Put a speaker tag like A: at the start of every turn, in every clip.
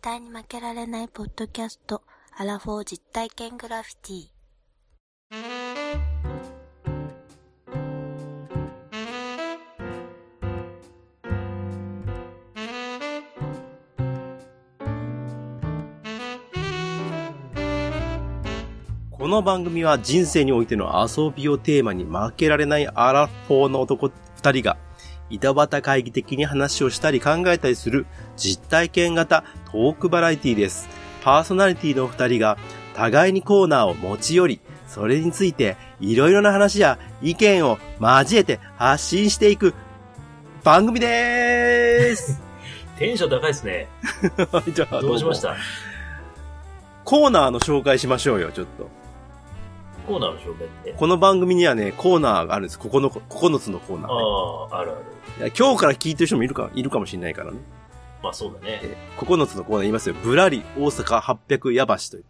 A: 対に負けられないポッドキャスト、アラフォー実体験グラフィティ。
B: この番組は人生においての遊びをテーマに負けられないアラフォーの男二人が、板端会議的に話をしたり考えたりする実体験型トークバラエティです。パーソナリティの二人が互いにコーナーを持ち寄り、それについていろいろな話や意見を交えて発信していく番組でー す
C: テンション高いですね。
B: はいじゃあ
C: どうしまし
B: も
C: た
B: コーナーの紹介しましょうよ、ちょっと。
C: コーナーの紹介って。
B: この番組にはね、コーナーがあるんです。ここの、9つのコーナーね。
C: ああ、あるある。
B: いや今日から聞いてる人もいるか、いるかもしれないからね。
C: まあそうだね。
B: えー9つのコーナー言いますよ。ぶらり大阪800矢橋という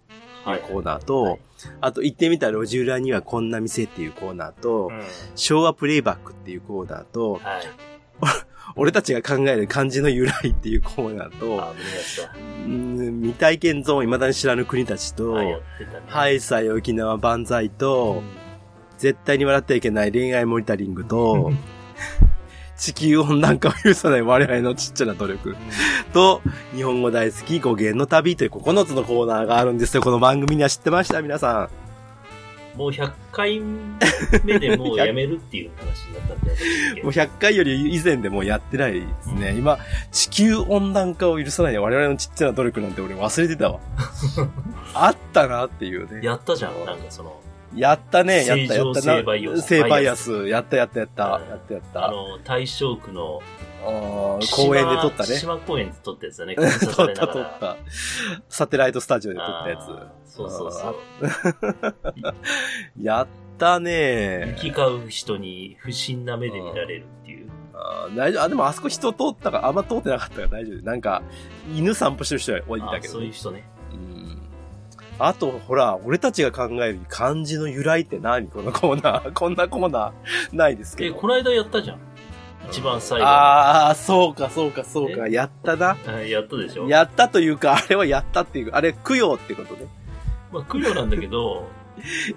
C: はい。
B: コーナーと、あと行ってみた路地裏にはこんな店っていうコーナーと、
C: うん。
B: 昭和プレイバックっていうコーナーと、
C: はい。
B: 俺たちが考える漢字の由来っていうコーナーと、
C: ああ、見ました。
B: うん未体験ゾーン未だに知らぬ国たちと、
C: あやってたね。。
B: はいいさい沖縄万歳と、絶対に笑ってはいけない恋愛モニタリングと、地球温暖化を許さない我々のちっちゃな努力と、日本語大好き語源の旅という9つのコーナーがあるんですよ。この番組には知ってました皆さ
C: もう100回目でもうやめるっていう話だったん
B: ん。もう
C: で。
B: 100回より以前でもうやってないですね。今、地球温暖化を許さない我々のちっちゃな努力なんて俺忘れてたわ。あったなっていうね。
C: やったじゃん。なんかその、
B: やったね、やったやったな。
C: 正常性バイアス
B: 性バイアス。やったやったやった。やったやった。
C: あの、大正区の
B: あー公園で撮ったね。
C: 島公園で撮ったやつだね。
B: 撮った撮った。サテライトスタジオで撮ったや
C: あ
B: つ。
C: ーそうそうそう。
B: やったね
C: 行き交う人に不審な目で見られるっていう。
B: あー大丈夫。あ、でもあそこ人通ったか、あんま通ってなかったから大丈夫。なんか、犬散歩してる人が多いん
C: あ
B: だ
C: ー
B: けど
C: そう
B: ね、
C: いう人ね。
B: うんあと、ほら、俺たちが考える漢字の由来って何このコーナー。 こんなコーナーないですけ
C: え、
B: ど。
C: この間やったじゃん。一番最後。
B: ああ、そうか、そうか、そうか。やったな。
C: はいやったでしょ。
B: やったというか、あれはやったっていう、あれ、供養ってことね。
C: まあ、供養なんだ けど、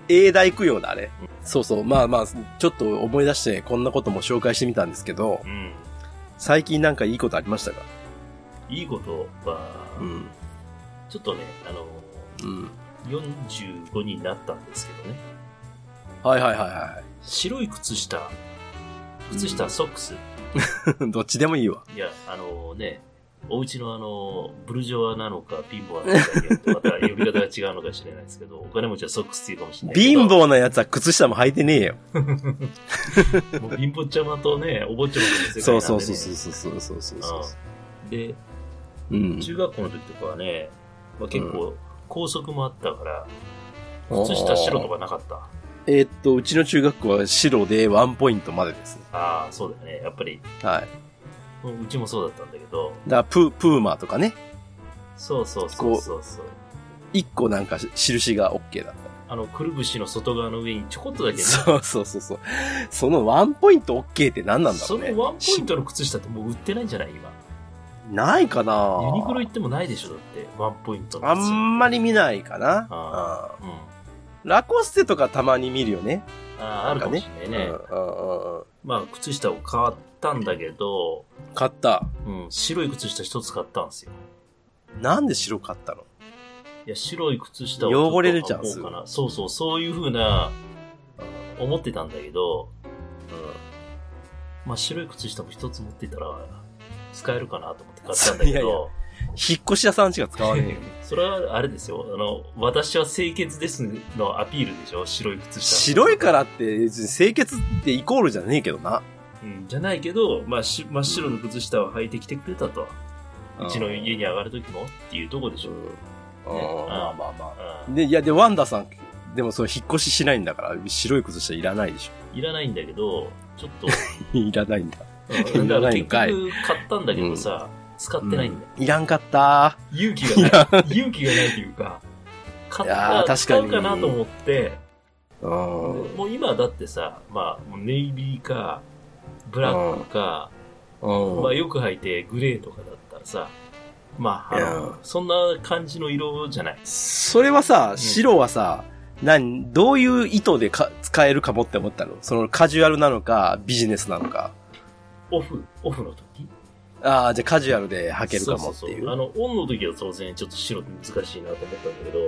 B: 英大供養だ、あれ。そうそう。まあまあ、ちょっと思い出して、こんなことも紹介してみたんですけど
C: う、ん、
B: 最近なんかいいことありましたか
C: いいことは、
B: ん。
C: ちょっとね、あの、
B: うん。
C: 45になったんですけどね、
B: はいはいは
C: 白い靴下、靴下、ソックス、
B: い はい。どっちでもいいわ。
C: いや、あのね、お家のあの、ブルジョアなのか、貧乏なのかによって、また呼び方が違うのかもしれないですけど、お金持ちはソックスっていうかもしれないけど。
B: 貧乏なやつは靴下も履いてねえよ。
C: もう貧乏ちゃまとね、お坊ちゃまとの世界なんで、ね。。
B: そうそうそうそうそうそうそうそう
C: で、
B: う。うん。
C: 中学校の時とかはね、まあ、結構、校則もあったから、靴下白と
B: か。
C: かなかった。
B: えーっと、うちの中学校は白でワンポイントまでですね。
C: ああ、そうだよね。やっぱり、
B: はい。
C: うんうちもそうだったんだけど、
B: だからプ、プーマとかね。
C: そうそうそうそうそう。
B: 一個なんか印が OK だっ
C: あの、くるぶしの外側の上にちょこっとだけ
B: た。
C: ね
B: そうそうそうそう。そのワンポイント OK って何なんだろ
C: そう
B: ね。
C: のワンポイントの靴下ってもう売ってないんじゃない今。
B: ないかな
C: ユニクロ行ってもないでしょだって、ワンポイントの
B: あ
C: 靴下。
B: んまり見ないかな。
C: あ
B: うん
C: ー、うん、
B: ラコステとかたまに見るよね。
C: あーあるかもしれないね。
B: うんうんうんうん
C: まあ、靴下を買ったんだけど、
B: 買った。
C: うん、白い靴下一つ買ったんですよ。
B: なんで白買ったの
C: いや、白い靴下を
B: 汚れるじゃん
C: ちょっと買おうかな。そうそう、そういうふうな、思ってたんだけど、まあ、白い靴下も一つ持ってたら、使えるかなと思って買ったんだけど、
B: いやいや引っ越し屋さんしか使わね
C: それはあれですよ、あの、私は清潔ですのアピールでしょ、白い靴
B: え。
C: 下。
B: 白いからって、別に清潔ってイコールじゃねえけどな。
C: うん、じゃないけど、まあ、し真っ白の靴下を履いてきてくれたと。うちの家に上がる時もっていうとこでし
B: う
C: ょ。
B: ん。
C: うん
B: うんまあまあまあ。
C: あ
B: で、いや、で、ワンダさん、でもその引っ越ししないんだから、白い靴下いらないでし
C: いらないんだけど、ちょっ と、
B: ょ。いらないんだ。
C: うんだから結局
B: いらない
C: 買
B: の
C: ったんだけどさ、使ってないんだよ。
B: いらんかった。
C: 勇気がない。勇気がないというか、買っ
B: いやー
C: たら
B: 確か
C: 使
B: に
C: うかなと思って、
B: うん。
C: もう今だってさ、まあ、もうネイビーか、ブラックか、
B: うん
C: まあよく履いてグレーとかだったらさ、まあ、あのそんな感じの色じゃない。
B: それはさ、白はさ、なん、どういう意図でか使えるかもって思ったのそのカジュアルなのか、ビジネスなのか。
C: オフ、オフの時
B: ああ、じゃあカジュアルで履けるかもって
C: そそ
B: いう。
C: そあの、オンの時は当然ちょっと白って難しいなと思ったんだけど、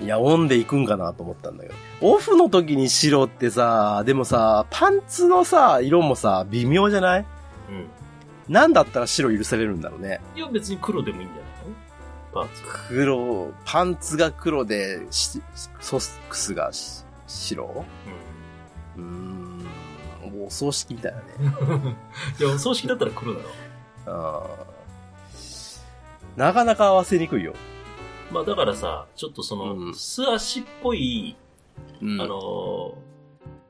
B: いや、オンで行くんかなと思ったんだけど。オフの時に白ってさ、でもさ、パンツのさ、色もさ、微妙じゃない
C: うん。
B: なんだったら白許されるんだろうね。
C: いや、別に黒でもいいんじゃないのパーツ。
B: 黒、パンツが黒で、しソックスがし白
C: う
B: うーん、お葬式みたいなね。
C: ん。いや、お葬式だったら黒だろ。
B: うんなかなか合わせにくいよ。
C: まあだからさ、ちょっとその、
B: うん
C: 素足っぽい、あのー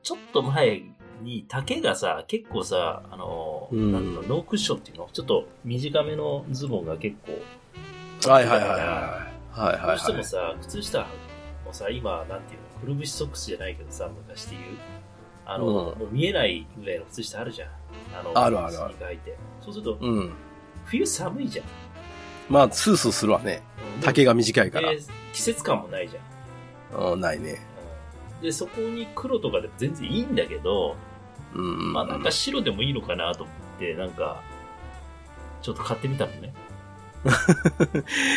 C: ちょっと前に丈がさ、結構さ、あのー
B: うん
C: なんていうのノークッションっていうのちょっと短めのズボンが結構、
B: はいはいはいはい。はいはい
C: ど
B: は
C: うしても
B: い。
C: さ、靴下もさ、今、なんていうの、くるぶしソックスじゃないけどさ、昔っていう、あの、
B: うん
C: もう見えないぐらいの靴下あるじゃん。あの、
B: あるあるある
C: スニーカー履いて。そうすると、
B: うん。
C: 冬寒いじゃん。
B: まあ、スースーするわね。丈が短いから
C: で。季節感もないじゃん。
B: うん、ないね。
C: で、そこに黒とかでも全然いいんだけど、
B: うん。
C: まあなんか白でもいいのかなと思って、なんか、ちょっと買ってみたのね。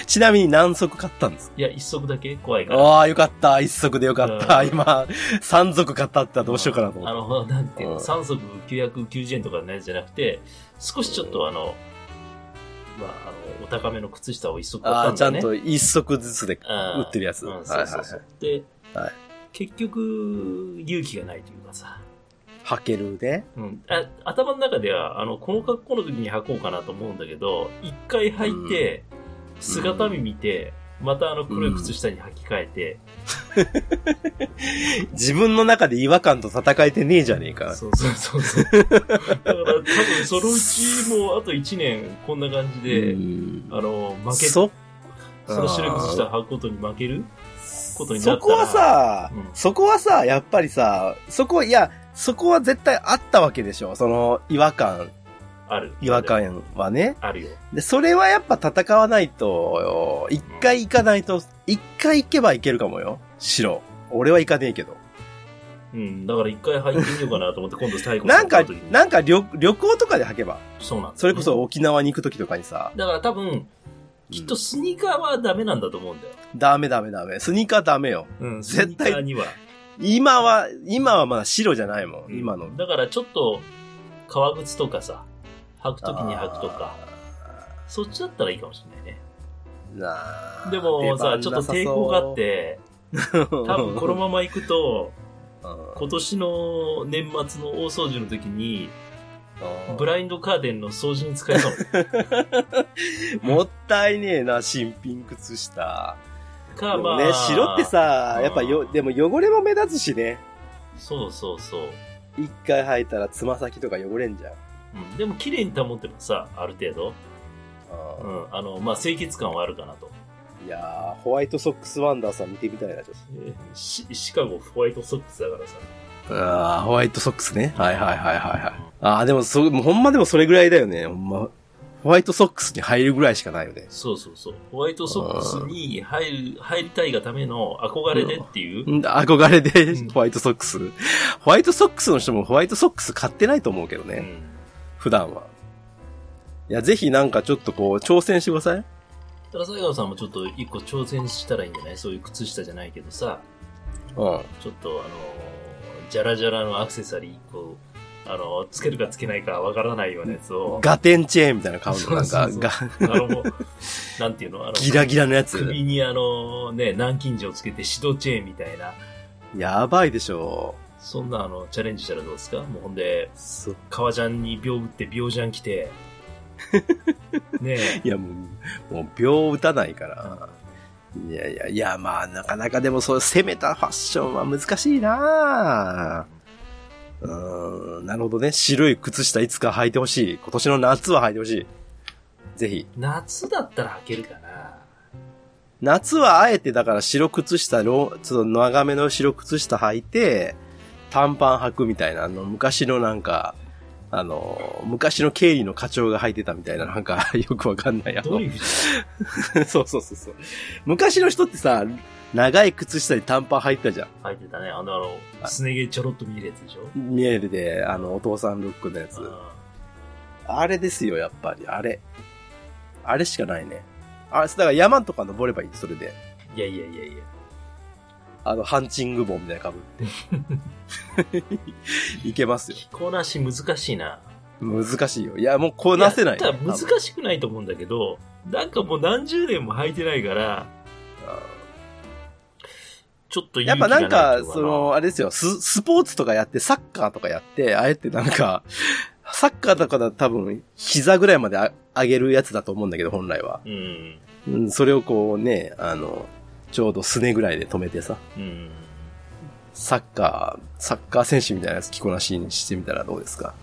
B: ちなみに何足買ったんですか
C: いや、一足だけ怖いから。
B: ああ、よかった。一足でよかっ
C: う
B: た。
C: ん
B: 今、三足買ったってどうしようかなと
C: あ
B: 思っ
C: の、なんてい
B: う
C: うの、
B: ん
C: 3足990円とかのやつじゃなくて、少しちょっとあの、まあ、あの、お高めの靴下を一足
B: た。
C: 買っ
B: ああ
C: たん
B: ー、ちゃ
C: だ
B: ん
C: ね。
B: と一足ずつで。
C: うん
B: 売ってるやつ
C: うん、そうそうそう。で、
B: はい
C: 結局、勇気がないというかさ、
B: 履けるね。
C: うん、あ頭の中ではあのこの格好の時に履こうかなと思うんだけど一回履いて、姿見見てまたあの黒い靴下に履き替えて、
B: 自分の中で違和感と戦えてねえじゃねえか。
C: そうそうそ うそうだから多分そのうちもうあと1年こんな感じで、
B: うん
C: あの負けそ
B: そ、
C: の白い靴下履くことに負けることになった
B: そ
C: ら
B: こはさ、
C: うん
B: そこはさ、やっぱりさ、そこ、いや、そこは絶対あったわけでしょ。その、違和感、
C: ある
B: 違和感はね。
C: あるよ
B: で、それはやっぱ戦わないと、一回行かないと、一回行けば行けるかもよ。白。俺は行かねえけど。
C: うん、だから一回履いてみようかなと 思って、今度最後
B: なんか、
C: に
B: なんか旅旅行とかで履けば。
C: そうなんだよね
B: それこそ。沖縄に行く時とかにさ、
C: だから多分、きっとスニーカーはダメなんだと思うんだよ。
B: ダメダメダメ。スニーカーダメよ。
C: うん、ス
B: 絶
C: ニーカ
B: 対
C: ーには。
B: 今は、今はまだ白じゃないもん。今の。
C: だからちょっと、革靴とかさ、履くときに履くとか、そっちだったらいいかもしれないね。
B: なあ
C: でもさ、ちょっと抵抗があ っ、て、
B: 多
C: 多分このまま行くと、
B: こ
C: 今年の年末の大掃除の時に、ブラインドカーテンの掃除に使 えそう。
B: もったいねえな、新品靴下。で
C: か、ま
B: も
C: あ。
B: ね、白って、さ、やっぱよ、でも汚れも目立つしね。
C: そうそうそう。
B: 一回履いたらつま先とか汚れんじゃん。
C: うん、でも綺麗に保ってもさ、ある程度。う
B: あ
C: ん、あの、まあ、清潔感はあるかなと。
B: ーいやー、ホワイトソックスワンダーさん見てみたいな、ちょっ
C: えーシシカゴホワイトソックスだからさ。。
B: と。ああ、ホワイトソックスね。はいはいはいはいはいああ、でもそ、もうほんまでもそれぐらいだよね。ほんま。ホワイトソックスに入るぐらいしかないよね。
C: そうそうそう。ホワイトソックスに入る、入りたいがための憧れでっていう。
B: ん憧れで
C: うん
B: ホワイトソックス。ホワイトソックスの人もホワイトソックス買ってないと思うけどね。
C: うん
B: 普段は。いや、ぜひなんかちょっとこう、挑戦してください。
C: ただ、西郷さんもちょっと一個挑戦したらいいんじゃないそういう靴下じゃないけどさ、
B: うん。
C: ちょっとあのー、ジャラジャラのアクセサリー一個、あのー、つけるかつけないかわからないようなやつを、
B: ガテンチェーンみたいなの買うの。なん
C: そ
B: か、
C: うそうそう
B: が
C: あの、もうなんていうのあの、
B: ギラギラのやつ。
C: 首にあのー、ね、南京錠つけてシドチェーンみたいな、
B: やばいでしょ
C: そんなあの、チャレンジしたらどうですかもうほんで、
B: そう。
C: 革ジャンに秒打って秒ジャン着て、 ねえ。
B: いや、もう、もう秒打たないから。いやいや、いや、まあ、なかなかでもそう、攻めたファッションは難しいなぁうーん、なるほどね。白い靴下いつか履いてほしい。今年の夏は履いてほしい。ぜひ。
C: 夏だったら履けるかな。
B: 夏はあえてだから白靴下、ローちょっと長めの白靴下履いて、短パン履くみたいなあの、昔のなんか、あの、昔の経理の課長が履いてたみたいな、なんか、 よくわかんない。あの
C: どういうふう に
B: そうそうそうそう。昔の人ってさ、長い靴下に短パン入ったじゃん。
C: 履いてたね。あの、あの、すね毛ちょろっと見えるやつでしょ
B: 見えるで、あの、お父さんルックのやつ。
C: う
B: あれですよ、やっぱり。あれ。あれしかないね。あれ、だから山とか登ればいい、それで。
C: んいやいやいやいや。
B: あの、ハンチング帽みたいなの被って。 いけますよ。
C: 着こなし難しいな。
B: 難しいよ。いや、もうこうなせない、
C: やったら難しくないと思うんだけど、なんかもう何十年も履いてないから、ちょっと
B: や
C: 勇
B: っ
C: 気が
B: ぱ
C: な
B: ないんか、
C: という
B: その、あれですよ、ス、スポーツとかやって、サッカーとかやって、あえてなんか、サッカーとかだと多分、膝ぐらいまであ上げるやつだと思うんだけど、本来は。
C: うん。
B: うん、それをこうね、あの、ちょうどすねぐらいで止めてさ、
C: うん。
B: サッカー、サッカー選手みたいなやつ着こなしにしてみたらどうですか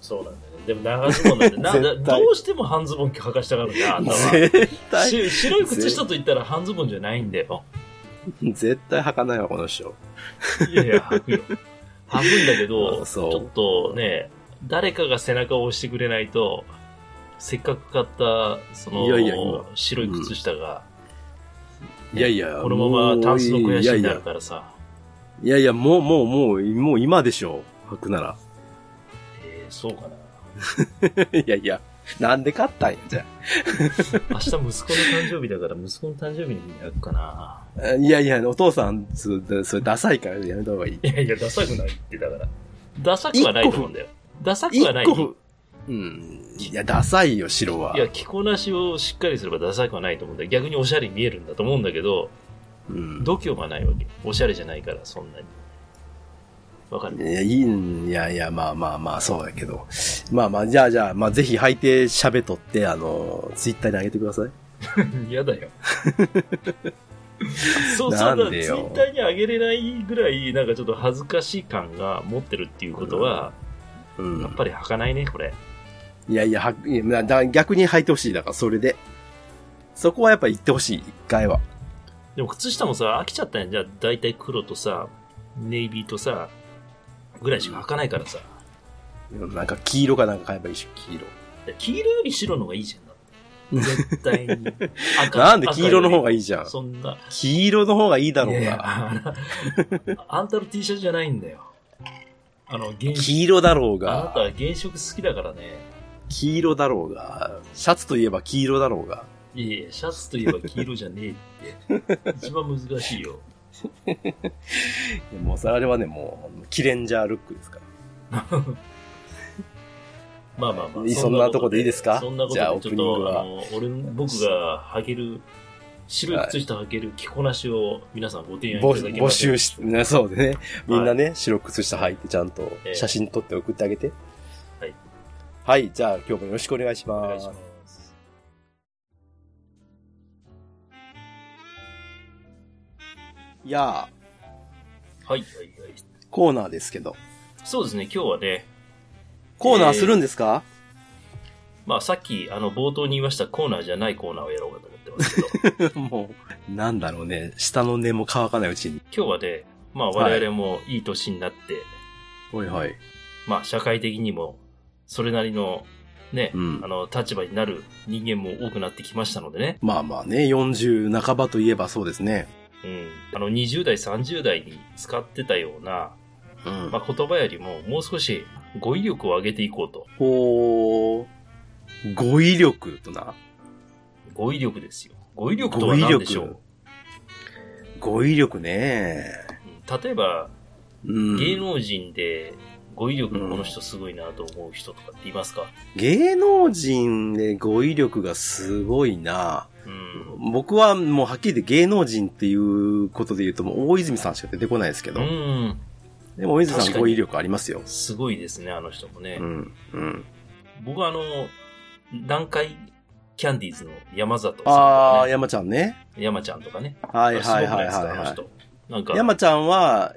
C: そうなんだよね。でも長ズボンなん で、なんだ
B: 絶対
C: どうしても半ズボン履かしたがるな、頭は。
B: 絶対、
C: し白い靴下と言ったら半ズボンじゃないんだよ。
B: 絶対履かないわ、この人。
C: いやいや、履くよ。履くんだけど、
B: あ
C: ち
B: そう
C: ょっとね、誰かが背中を押してくれないと、せっかく買った、その、
B: いやいや今
C: 白い靴下が、
B: いやいや、
C: このままタンスの肥やしになる
B: ら。
C: からさ。
B: いやいや、もう、もう、もう、もう今でしょう、履くなら。
C: えーそうかな。
B: いやいや、なんで勝ったんや、じゃあ。
C: 明日息子の誕生日だから、息子の誕生日にやるかな。
B: いやいや、お父さん、そそれダサいからやめた方がいい。
C: いやいや、ダサくないって、だから。ダサくはないと思うんだよ。ダサくはない。
B: 一個
C: い
B: うん。いや、ダサいよ、白は。
C: や、着こなしをしっかりすればダサくはないと思うんだよ。逆におしゃれに見えるんだと思うんだけど、
B: うん。
C: 度胸がないわけ。おしゃれじゃないから、そんなに。わかる
B: いや、いいん、いやいや、まあまあまあ、そうだけど。まあまあ、じゃあじゃあ、まあぜひ履いて喋っとって、あの、ツイッターに上げてください。
C: 嫌だよ。 そう、
B: な
C: そ
B: ん
C: うだ、ツイ
B: でよ
C: ッターに上げれないぐらい、なんかちょっと恥ずかしい感が持ってるっていうことは、
B: うん。
C: やっぱり履かないね、これ。
B: いやいや、は、いやだだ逆に履いてほしい。だから、それで。そこはやっぱ言ってほしい、一回は。
C: でも靴下もさ、飽きちゃったんや。じゃあ、大体黒とさ、ネイビーとさ、ぐらいしか履かないからさ。
B: なんか、黄色かなんか買えばいいでしょ、黄色。
C: 黄色より白の方がいいじゃん。絶対に。赤
B: なんで黄色の方が
C: いい
B: いいじゃん。
C: そんな。
B: 黄色の方がいいだろう
C: いやい
B: が。
C: やあんたの T シャツじゃないんだよ。あの、原色。
B: 黄色だろう
C: あな
B: が
C: た。は原色好きだからね。
B: 黄色だろうが、シャツといえば黄色だろうが。
C: いやいや、シャツといえば黄色じゃねえって。一番難しいよ。
B: もうそれはね、もう、キレンジャールックですから。
C: まあまあまあ。
B: いいそんなとこでいいですか
C: そんなこと
B: じゃあ
C: でちょっと、あ
B: オ
C: の、俺、僕が履ける、白い靴下履ける着こなしを皆さんご提案い
B: 募
C: ただけ
B: 募
C: ます
B: 集し、ね、そうでね。みんなね、白靴下履いてちゃんと
C: ええ
B: 写真撮って送ってあげて。
C: はい。
B: はい、じゃあ今日もよろしくお願いし
C: お願
B: ま
C: いし
B: す
C: ま。す。
B: いや
C: はいはいはい。
B: ー、コーナーですけど。
C: そうですね、今日はね、
B: コーナーするんですか、
C: まあさっき、あの、冒頭に言いましたコーナーじゃないコーナーをやろうかと思ってます けど、
B: もう、なんだろうね。下の根も乾かないうちに。
C: 今日はね、まあ我々もいい年になって、
B: はいはい。
C: まあ社会的にも、それなりの、ね、
B: うん
C: あの、立場になる人間も多くなってきましたのでね、
B: まあまあね、40半ばといえばそうですね。
C: うん。あの、20代、30代に使ってたような、
B: うん。
C: まあ、言葉よりももう少し語彙力を上げていこうと。
B: ほー、語彙力とな。
C: 語彙力ですよ。語彙力とは何でしょう
B: 語彙力ね。
C: うん例えば、
B: うん。
C: 芸能人で語彙力のこの人すごいなと思う人とかっていますか、
B: 芸能人で語彙力がすごいな。
C: うん、
B: 僕はもうはっきり言って芸能人っていうことで言うともう大泉さんしか出てこないですけ
C: う
B: ど。
C: ん。
B: でも大泉さ
C: 確
B: ん
C: かに
B: 語彙力ありますよ。
C: すごいですね、あの人もね。
B: うん。うん。
C: 僕はあの、南海キャンディーズの山里さんと
B: あ
C: か、
B: ー、
C: ね、
B: 山ちゃんね。
C: 山ちゃんとかね。
B: はいはいはいはい、
C: すごくないですかあの
B: は
C: 人。なんか、
B: い。山ちゃんは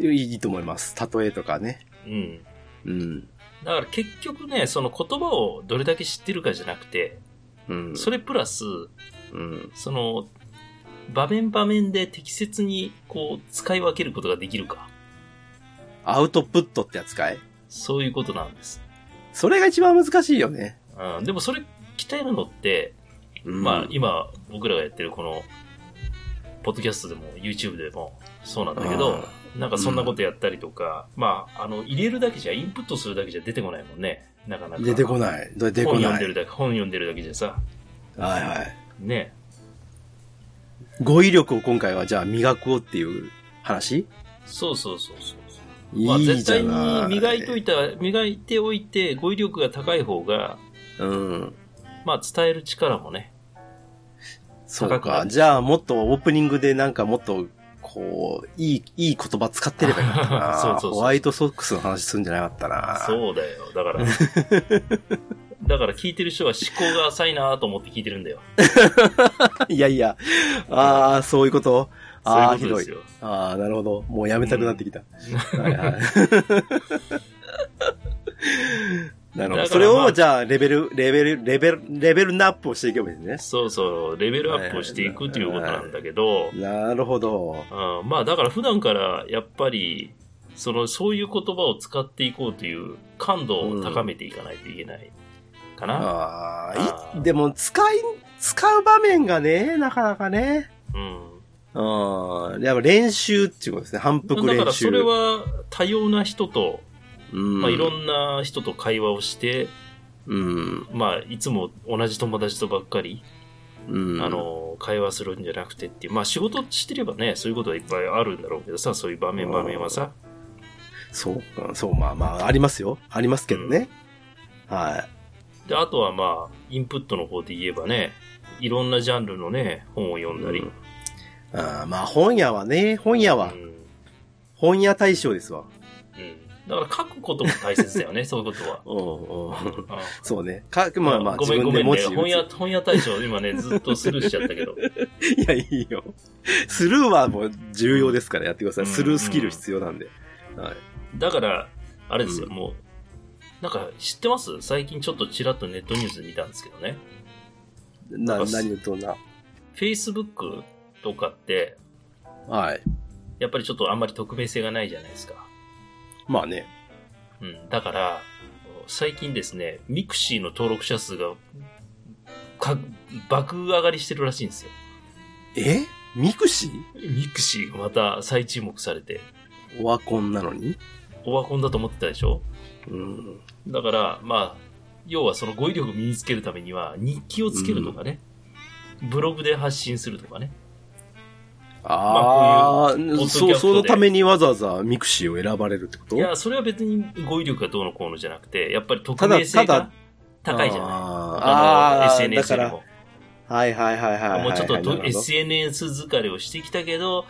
B: いいいと思います。例えとかね。
C: うん。
B: うん。
C: だから結局ね、その言葉をどれだけ知ってるかじゃなくて、
B: うん。
C: それプラス、
B: うん。
C: その、場面場面で適切に、こう、使い分けることができるか。
B: アウトプットってやつかい
C: そういうことなんです。
B: それが一番難しいよね。
C: うん、でもそれ鍛えるのって、
B: うん
C: まあ今僕らがやってるこの、ポッドキャストでも YouTube でもそうなんだけど、なんかそんなことやったりとか、まあ、あの、入れるだけじゃ、インプットするだけじゃ出てこないもんね。なかなか。
B: 出てこ
C: い。
B: ない。出て
C: 本
B: こ
C: 読
B: なん
C: でる
B: い。
C: だけ、本読んでるだけじゃさ、
B: はいはい。
C: ね。
B: 語彙力を今回はじゃあ磨こうっていう話
C: そうそうそうそうそう。
B: い
C: まあ、
B: い
C: 絶
B: じゃ
C: 対
B: ない。
C: に磨いといた、磨いておいて、語彙力が高い方が、
B: うん。
C: まあ、伝える力もね。
B: そう
C: 高くな
B: か。
C: る
B: じゃあもっとオープニングでなんかもっと、こう、いい、いい言葉使ってればよかったな。
C: そうそうそう
B: ホワイトソックスの話するんじゃなかったな。
C: そうだよ。だから、だから聞いてる人は思考が浅いなと思って聞いてるんだよ。
B: いやいや。ああ、そういうこと。ああ、
C: そう
B: ひ
C: いうこ
B: ど
C: とで
B: い
C: す。よ。
B: ああ、なるほど。もうやめたくなってきた。はい はいなるほ
C: ま
B: ど。
C: あ
B: それを、じゃあ、レベル、レベル、レベル、レベルナップをしていけばいいんです
C: そうそう、レベルアップをしていくということなんだけど、
B: ね。なるほど。
C: うん、まあだから普段からやっぱり、その、そういう言葉を使っていこうという感度を高めていかないといけないかな。
B: あ
C: あ
B: あ、
C: ー
B: いでも、使い、使う場面がね、なかなかね。
C: うん。
B: うん。やっぱ練習っていうことですね。反復練習。
C: だからそれは多様な人と、
B: うん、
C: まあ、いろんな人と会話をして、
B: うん。
C: まあ、いつも同じ友達とばっかり、
B: うん。
C: あ、の会話するんじゃなくてっていう、まあ、仕事してればねそういうことはいっぱいあるんだろうけどさそういう場面場面はさ、
B: そうか、そう、まあまあ、ありますよ。ありますけどね。はい。
C: であとはまあインプットの方で言えばねいろんなジャンルのね本を読んだり、
B: うんあーまあ、本屋はね、本屋は
C: う、ん
B: 本屋大賞ですわ。
C: うんだから書くことも大切だよね そういうことは。
B: うん。
C: あ
B: そうね。か、まあまあ、
C: ご
B: 自
C: めんご
B: 分で
C: めん
B: 文
C: ね
B: 字打つ
C: 本屋本屋大賞今ねずっとスルーしちゃったけど
B: いや、いいよ。スルーはもう重要ですからやってください。
C: うん
B: スルースキル必要なんで。はい。
C: だから、あれですよ、
B: うん
C: もう、なんか知ってます最近ちょっとちらっとネットニュース見たんですけどね。
B: な、
C: なんか
B: 何とな。
C: Facebook とかって、
B: はい。
C: やっぱりちょっとあんまり匿名性がないじゃないですか。
B: まあね。
C: うん。だから、最近ですね、ミクシーの登録者数が、か、爆上がりしてるらしいんですよ。
B: えミクシ
C: ミクシーがまた再注目されて、
B: ーオワコンなのに
C: オワコンだと思ってたでしょ
B: うん。
C: だから、まあ、要はその語彙力を身につけるためには、日記をつけるとかね、ブログで発信するとかね、
B: あ
C: まあ
B: あ
C: こういうポッドキャ、スト
B: そ
C: で
B: う、そのためにわざわざミクシーを選ばれるってこと
C: いや、それは別に語彙力がどうのこうのじゃなくて、やっぱり
B: ただ
C: 匿名性
B: ただ
C: が高いじゃない。
B: あー
C: の
B: あー
C: SNS よりも。
B: はいはいはいはいはいはい。
C: もうちょっと
B: なるほ
C: と
B: ど
C: SNS 疲れをしてきたけど、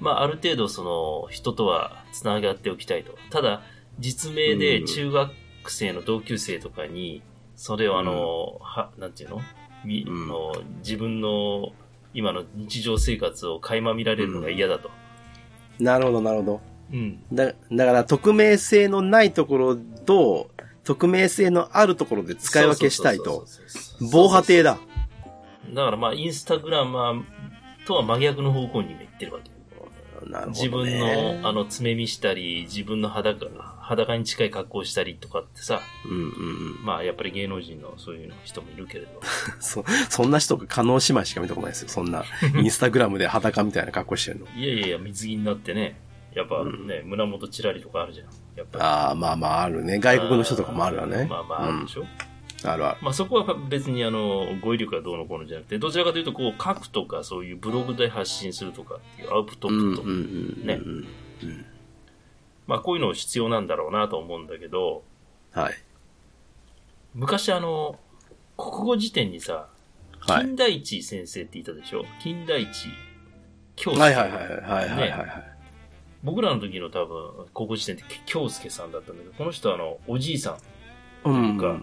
C: まあある程度その人とはつながっておきたいと。ただ、実名
B: う
C: で
B: ん
C: 中学生の同級生とかに、それをあの、は、なんていうのみ、
B: うん
C: あの自分の今の日常生活を垣間見られるのが嫌だと。
B: なるほど、なるほど。
C: うん。
B: だだから、匿名性のないところと、匿名性のあるところで使い分けしたいと。
C: そうそうそうそう。
B: 防波堤だ。
C: だからまあ、インスタグラマーとは真逆の方向に今行ってるわけ。
B: なるほ
C: 自
B: ど、
C: 分
B: ね。
C: の、あの、爪見したり、自分の裸、裸に近い格好をしたりとかってさ、
B: うんうんうん。
C: まあ、やっぱり芸能人のそういうの人もいるけれ ど。
B: そ、そんな人が可能姉妹しか見たことないですよ。そ んな、インスタグラムで裸みたいな格好してるの。
C: いやいやいや、水着になってね、やっぱね、胸元チラリとかあるじゃん。やっぱり。
B: ああ、まあまああるね。外国の人とかもあるわね。
C: まあまあ、あるでしょ。
B: うん。あるある。
C: まあ、そこは別に、あの、語彙力がどうのこうのじゃなくて、どちらかというと、こう、書くとか、そういうブログで発信するとかっていうアウトプ
B: うんうん
C: ット。
B: うん。
C: ね
B: うんうん。
C: まあ、こういうの必要なんだろうなと思うんだけど、
B: はい。
C: 昔あの、国語辞典にさ、
B: はい
C: 金田一先生っていたでしょ、金田一京介。
B: はいはいはいはいはいはいはい。
C: 僕らの時の多分、国語辞典って京介さんだったんだけど、この人はあの、おじいさん。
B: うん
C: という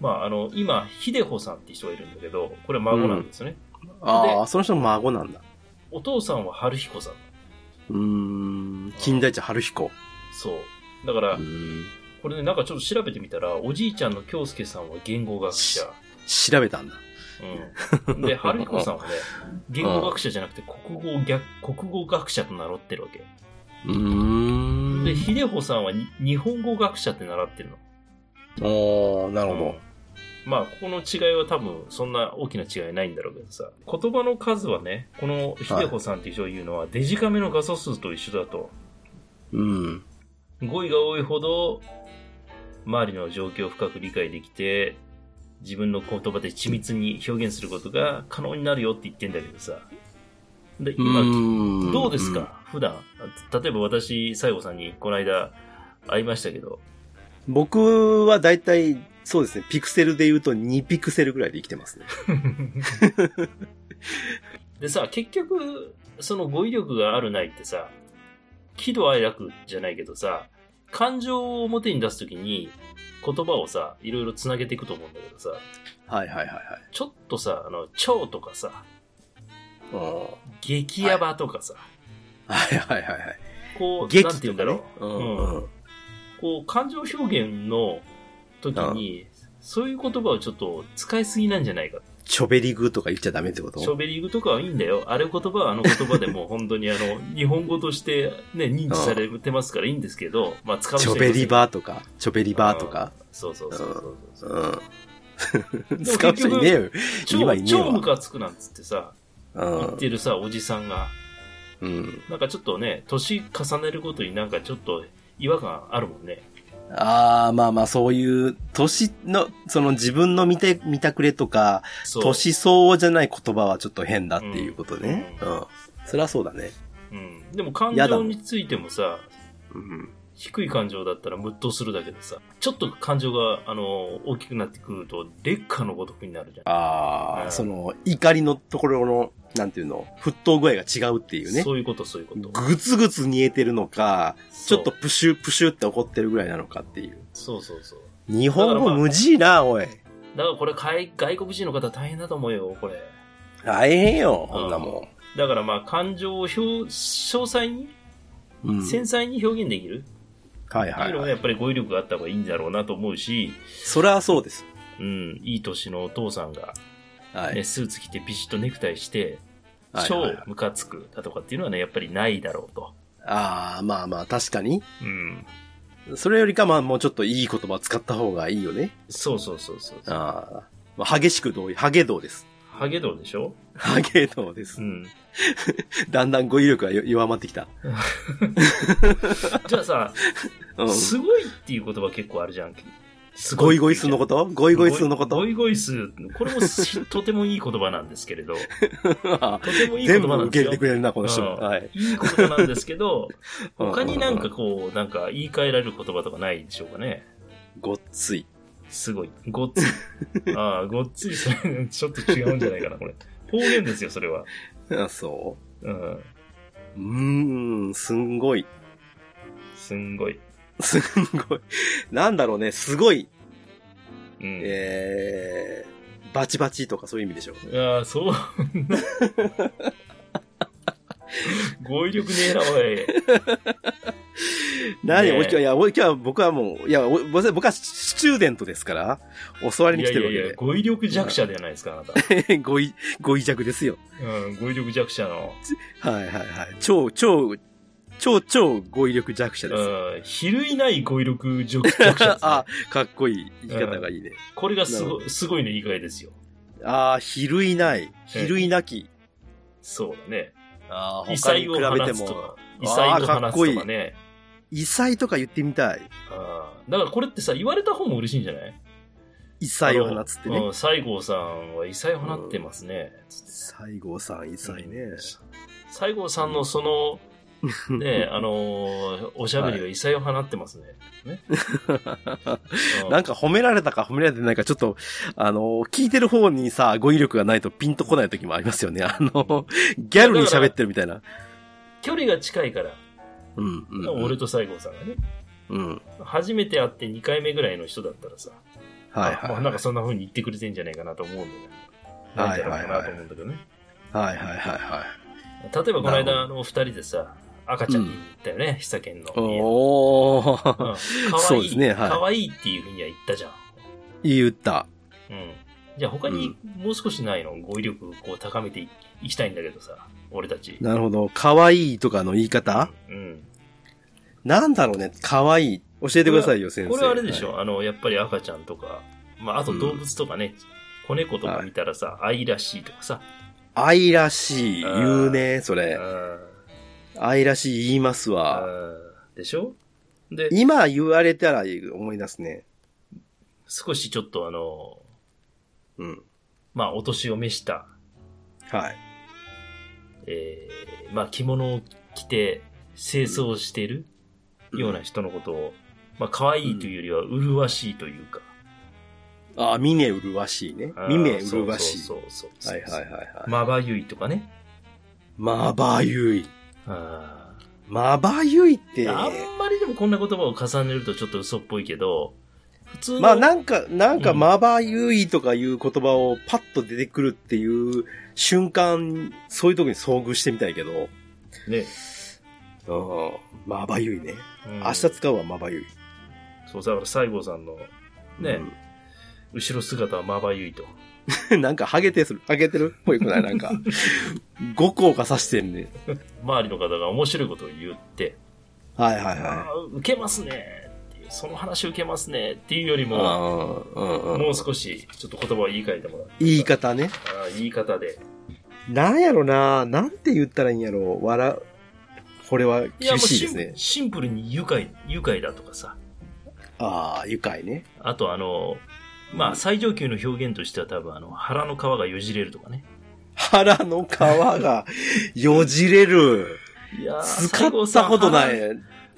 C: まああの、今、秀穂さんって人がいるんだけど、これは孫なんですよね。
B: ああ、その人の孫なんだ。
C: お父さんは春彦さん。
B: うーん。金田一春彦。
C: そう。だから
B: う、ん
C: これね、なんかちょっと調べてみたら、おじいちゃんの京介さんは言語学者。
B: 調べたんだ。
C: うん。で、春彦さんは ね、言語学者じゃなくて国語逆、国語学者と名乗ってるわけ。
B: うーん。
C: で、秀穂さんはに日本語学者って習ってるの。
B: おー、なるほど。
C: まあ、ここの違いは多分、そんな大きな違いないんだろうけどさ、言葉の数はね、このひでこさんっていう人が言うのは、デジカメの画素数と一緒だと。
B: うん。
C: 語彙が多いほど、周りの状況を深く理解できて、自分の言葉で緻密に表現することが可能になるよって言ってんだけどさ。で、今、
B: ん
C: どうですか、普段。例えば私、西郷さんにこの間会いましたけど、
B: 僕はだいたい、そうですね、ピクセルで言うと2ピクセルぐらいで生きて ますね。
C: でさ、結局、その語彙力があるないってさ、喜怒哀楽じゃないけどさ、感情を表に出すときに言葉をさ、いろいろつなげていくと思うんだけどさ、
B: はいはいはい
C: ちょっとさ、あの、超とかさ、
B: はい。
C: 激ヤバとかさ、
B: はいはいはいはい。
C: こう、
B: 劇
C: なんて言うんだろう、
B: うん
C: う
B: うんん。
C: こう、感情表現の時に、そういう言葉をちょっと使いすぎなんじゃないか。
B: チョベリグとか言っちゃダメってこと
C: ショベリングとかはいいんだよ。あれ言葉はあの言葉で もう本当にあの、日本語としてね、認知されてますからいいんですけど、まあ使う
B: チ
C: 人
B: ョベリバーとか、チョベリバーとか。。
C: そうそうそうそうそううん
B: 使う人いねえよ。今い
C: 超、
B: ねえ
C: 超ム
B: わ。
C: カつくなんつってさ、
B: う
C: 言っ
B: ん。
C: てるさ、おじさんが、
B: うん。
C: なんかちょっとね、年重ねるごとになんかちょっと違和感あるもんね。
B: ああ、まあまあ、そういう、年の、その自分の見て、見たくれとか、
C: そう。
B: 年相応じゃない言葉はちょっと変だっていうことね。
C: う
B: うんん。そりゃそうだね。
C: うん。でも感
B: やだ
C: 情
B: もん
C: についてもさ、
B: うん。
C: 低い感情だったらムッとするだけどさ、ちょっと感情が、あの、大きくなってくると、劣化のごとくになるじゃん。
B: あ
C: う
B: あ、
C: ん
B: その、怒りのところの、なんていうの、沸騰具合が違うっていうね。
C: そういうこと、そういうこと。
B: ぐつぐつ煮えてるのか、ち
C: そう
B: ょっとプシュプシュって怒ってるぐらいなのかっていう。
C: そうそうそう。
B: 日本語無事いな、おい。
C: だからこれ外、外国人の方大変だと思うよ、これ。
B: 大変よ、こんなも
C: だからまあ、感情を表、詳細に、
B: ん。うん。
C: 繊細に表現できる
B: はい
C: って
B: はいいう
C: の
B: は
C: が
B: い。
C: やっぱり語彙力があった方がいいんだろうなと思うし、
B: そりゃそうです。
C: うん、いい年のお父さんが、
B: は
C: ね、
B: い。
C: スーツ着てビシッとネクタイして、
B: はい
C: 超
B: はいはい
C: ムカつくだとかっていうのはね、やっぱりないだろうと。
B: ああ、まあまあ、確かに。
C: うん。
B: それよりか、まあ、もうちょっといい言葉使った方がいいよね。
C: そうそうそうそう。
B: ああ。まあ、激しく同意。ハゲ道です。
C: ハゲドウでしょ
B: ハゲ道です
C: う。 ん。
B: だんだん語彙力がよ弱まってきた。
C: じゃあさ、
B: うん。
C: すごいっていう言葉結構あるじゃん。す
B: ゴ
C: い
B: イゴイスーのことゴ
C: ゴ
B: イゴイスーのこ
C: ゴ
B: と
C: イゴイスーこれもしとてもいい言葉なんですけれど、とてもいい
B: 全
C: 言
B: 部
C: 葉なん
B: 受け
C: で
B: 入れて
C: すよ
B: く。れるな、この人。
C: うん
B: はい。
C: いい言葉なんですけ ど、
B: うんうんうん
C: 他になんかこう、なんか言い換えられる言葉とかないでしょうかね。
B: ごっつい。
C: すごい。ごっつ い。ああ、ごっつい、それ、ちょっと違うんじゃないかな、これ。方言ですよ、それは。
B: あそう。
C: うん。
B: うーん、すんごい。
C: すんごい。
B: すんごい。なんだろうね、すごい。
C: うん。
B: えー、バチバチとかそういう意味でしょ。
C: ああ、そう。 語彙力ねえな、おい。
B: 何、
C: ねえ
B: おい今日いや、おい今日は僕はもう、いや、お僕は僕はスチューデントですから、教わり
C: い
B: に
C: や
B: 来
C: い
B: てる
C: やいや、
B: わ
C: 語彙力弱者じゃないですか、あなた。
B: けで。 ごい、ごい弱ですよ。
C: うん、語彙力弱者の。
B: はいはいはい。超、超、超、超語彙力弱者です。、
C: うん、比類ない語彙力弱者です ね
B: あ、かっこいい。言い方がいいね。
C: これがすごすごいの意外ですよ。
B: ああ、比類ない。比類なき。
C: そうだね。
B: あ
C: 異彩を放つとか、異
B: あ
C: 彩
B: ー
C: を
B: か
C: 放
B: っこい
C: つ
B: い
C: とかね。
B: 異彩とか言ってみたい。
C: うんだからこれってさ、言われた方も嬉しいんじゃない
B: 異彩を放つって
C: あの
B: ね
C: う。ん、西郷さんは異彩を放ってますね。
B: 西郷さん、異彩ね。
C: うん西郷さんのその、 ね、あのーおしゃべりは異彩を放ってますね。ねうん
B: なんか褒められたか褒められてないか、ちょっと、あの、聞いてる方にさ、語彙力がないとピンとこない時もありますよね。あの、ギャルに喋ってるみたいな。
C: 距離が近いから、
B: うん、うん。
C: 俺と西郷さんがね、
B: うん。
C: 初めて会って2回目ぐらいの人だったらさ、
B: はい
C: あまあ
B: は
C: なんかそんな風に言ってくれてんじゃないかなと思うんだよね。なんじゃないかなと思うんだけどね。
B: い。はいはいはいは
C: 例えばこの
B: なるほ
C: 間、
B: ど
C: あの、二人でさ、赤ちゃんに行ったよね、久健の
B: い。
C: 家。
B: お
C: うん
B: ー。
C: 可
B: そう
C: 愛
B: で
C: い
B: すねはい
C: 可愛いっていうふうには言ったじゃん。
B: 言った。
C: うん。じゃあ他にもう少しないの語彙力をこう高めていいきたいんだけどさ、俺たち。
B: なるほど。可愛いとかの言い方
C: うん。
B: なんだろうね。可愛い。教えてくださいよ、先生。
C: これはあれでしょ、
B: はい
C: あの、やっぱり赤ちゃんとか、まあ、あと動物とかね、子猫とか見たらさ、愛らしいとかさ、
B: 愛らしい。
C: うん
B: 言うね、そうれ。
C: ん
B: 愛らしい言いますわ。
C: うんでしょで、
B: 今言われたら思い出すね。
C: 少しちょっとあの、
B: うん。
C: まあ、お年を召した、
B: はい。
C: えーまあ、着物を着て、清掃している
B: うん
C: ような人のことを、まあ、可愛いというよりは、麗しいというか。
B: あ、ミネ麗しいね
C: あ。ー
B: ミネ麗しい。
C: そうそうそうそう。
B: はいはいはいはい。
C: まばゆいとかね。
B: まばゆい。
C: あー
B: まばゆいって、
C: あんまりでもこんな言葉を重ねるとちょっと嘘っぽいけど、普通の、
B: まあなんか、なんか
C: うん
B: まばゆいとかいう言葉をパッと出てくるっていう瞬間、そういう時に遭遇してみたいけど、
C: ね、
B: うんまばゆいね。
C: うん
B: 明日使うはまばゆい。
C: そう、だから西郷さんの、ね、後ろ姿はまばゆいと。
B: うん。 なんかハゲてする。ハゲてるっぽいくないなん か、五光が指してんね。
C: 周りの方が面白いことを言って、
B: はいはい
C: あ
B: は
C: あ、受けますねっていう、その話受けますねっていうより
B: い。
C: も、
B: うん
C: もう少し、ちょっと言葉を言い換えてもらって。
B: 言い方ね。
C: ああ言い方で。
B: なんやろななんて言ったらいいんやろ笑う。これは厳しいです
C: も
B: ね
C: うシン。シンプルに愉快、愉快だとかさ。
B: ああ、愉快ね。
C: あとあの、まあ、最上級の表現としては多分あの、腹の皮がよじれるとかね。
B: 腹の皮がよじれる。
C: いやー
B: 使ったことな。い。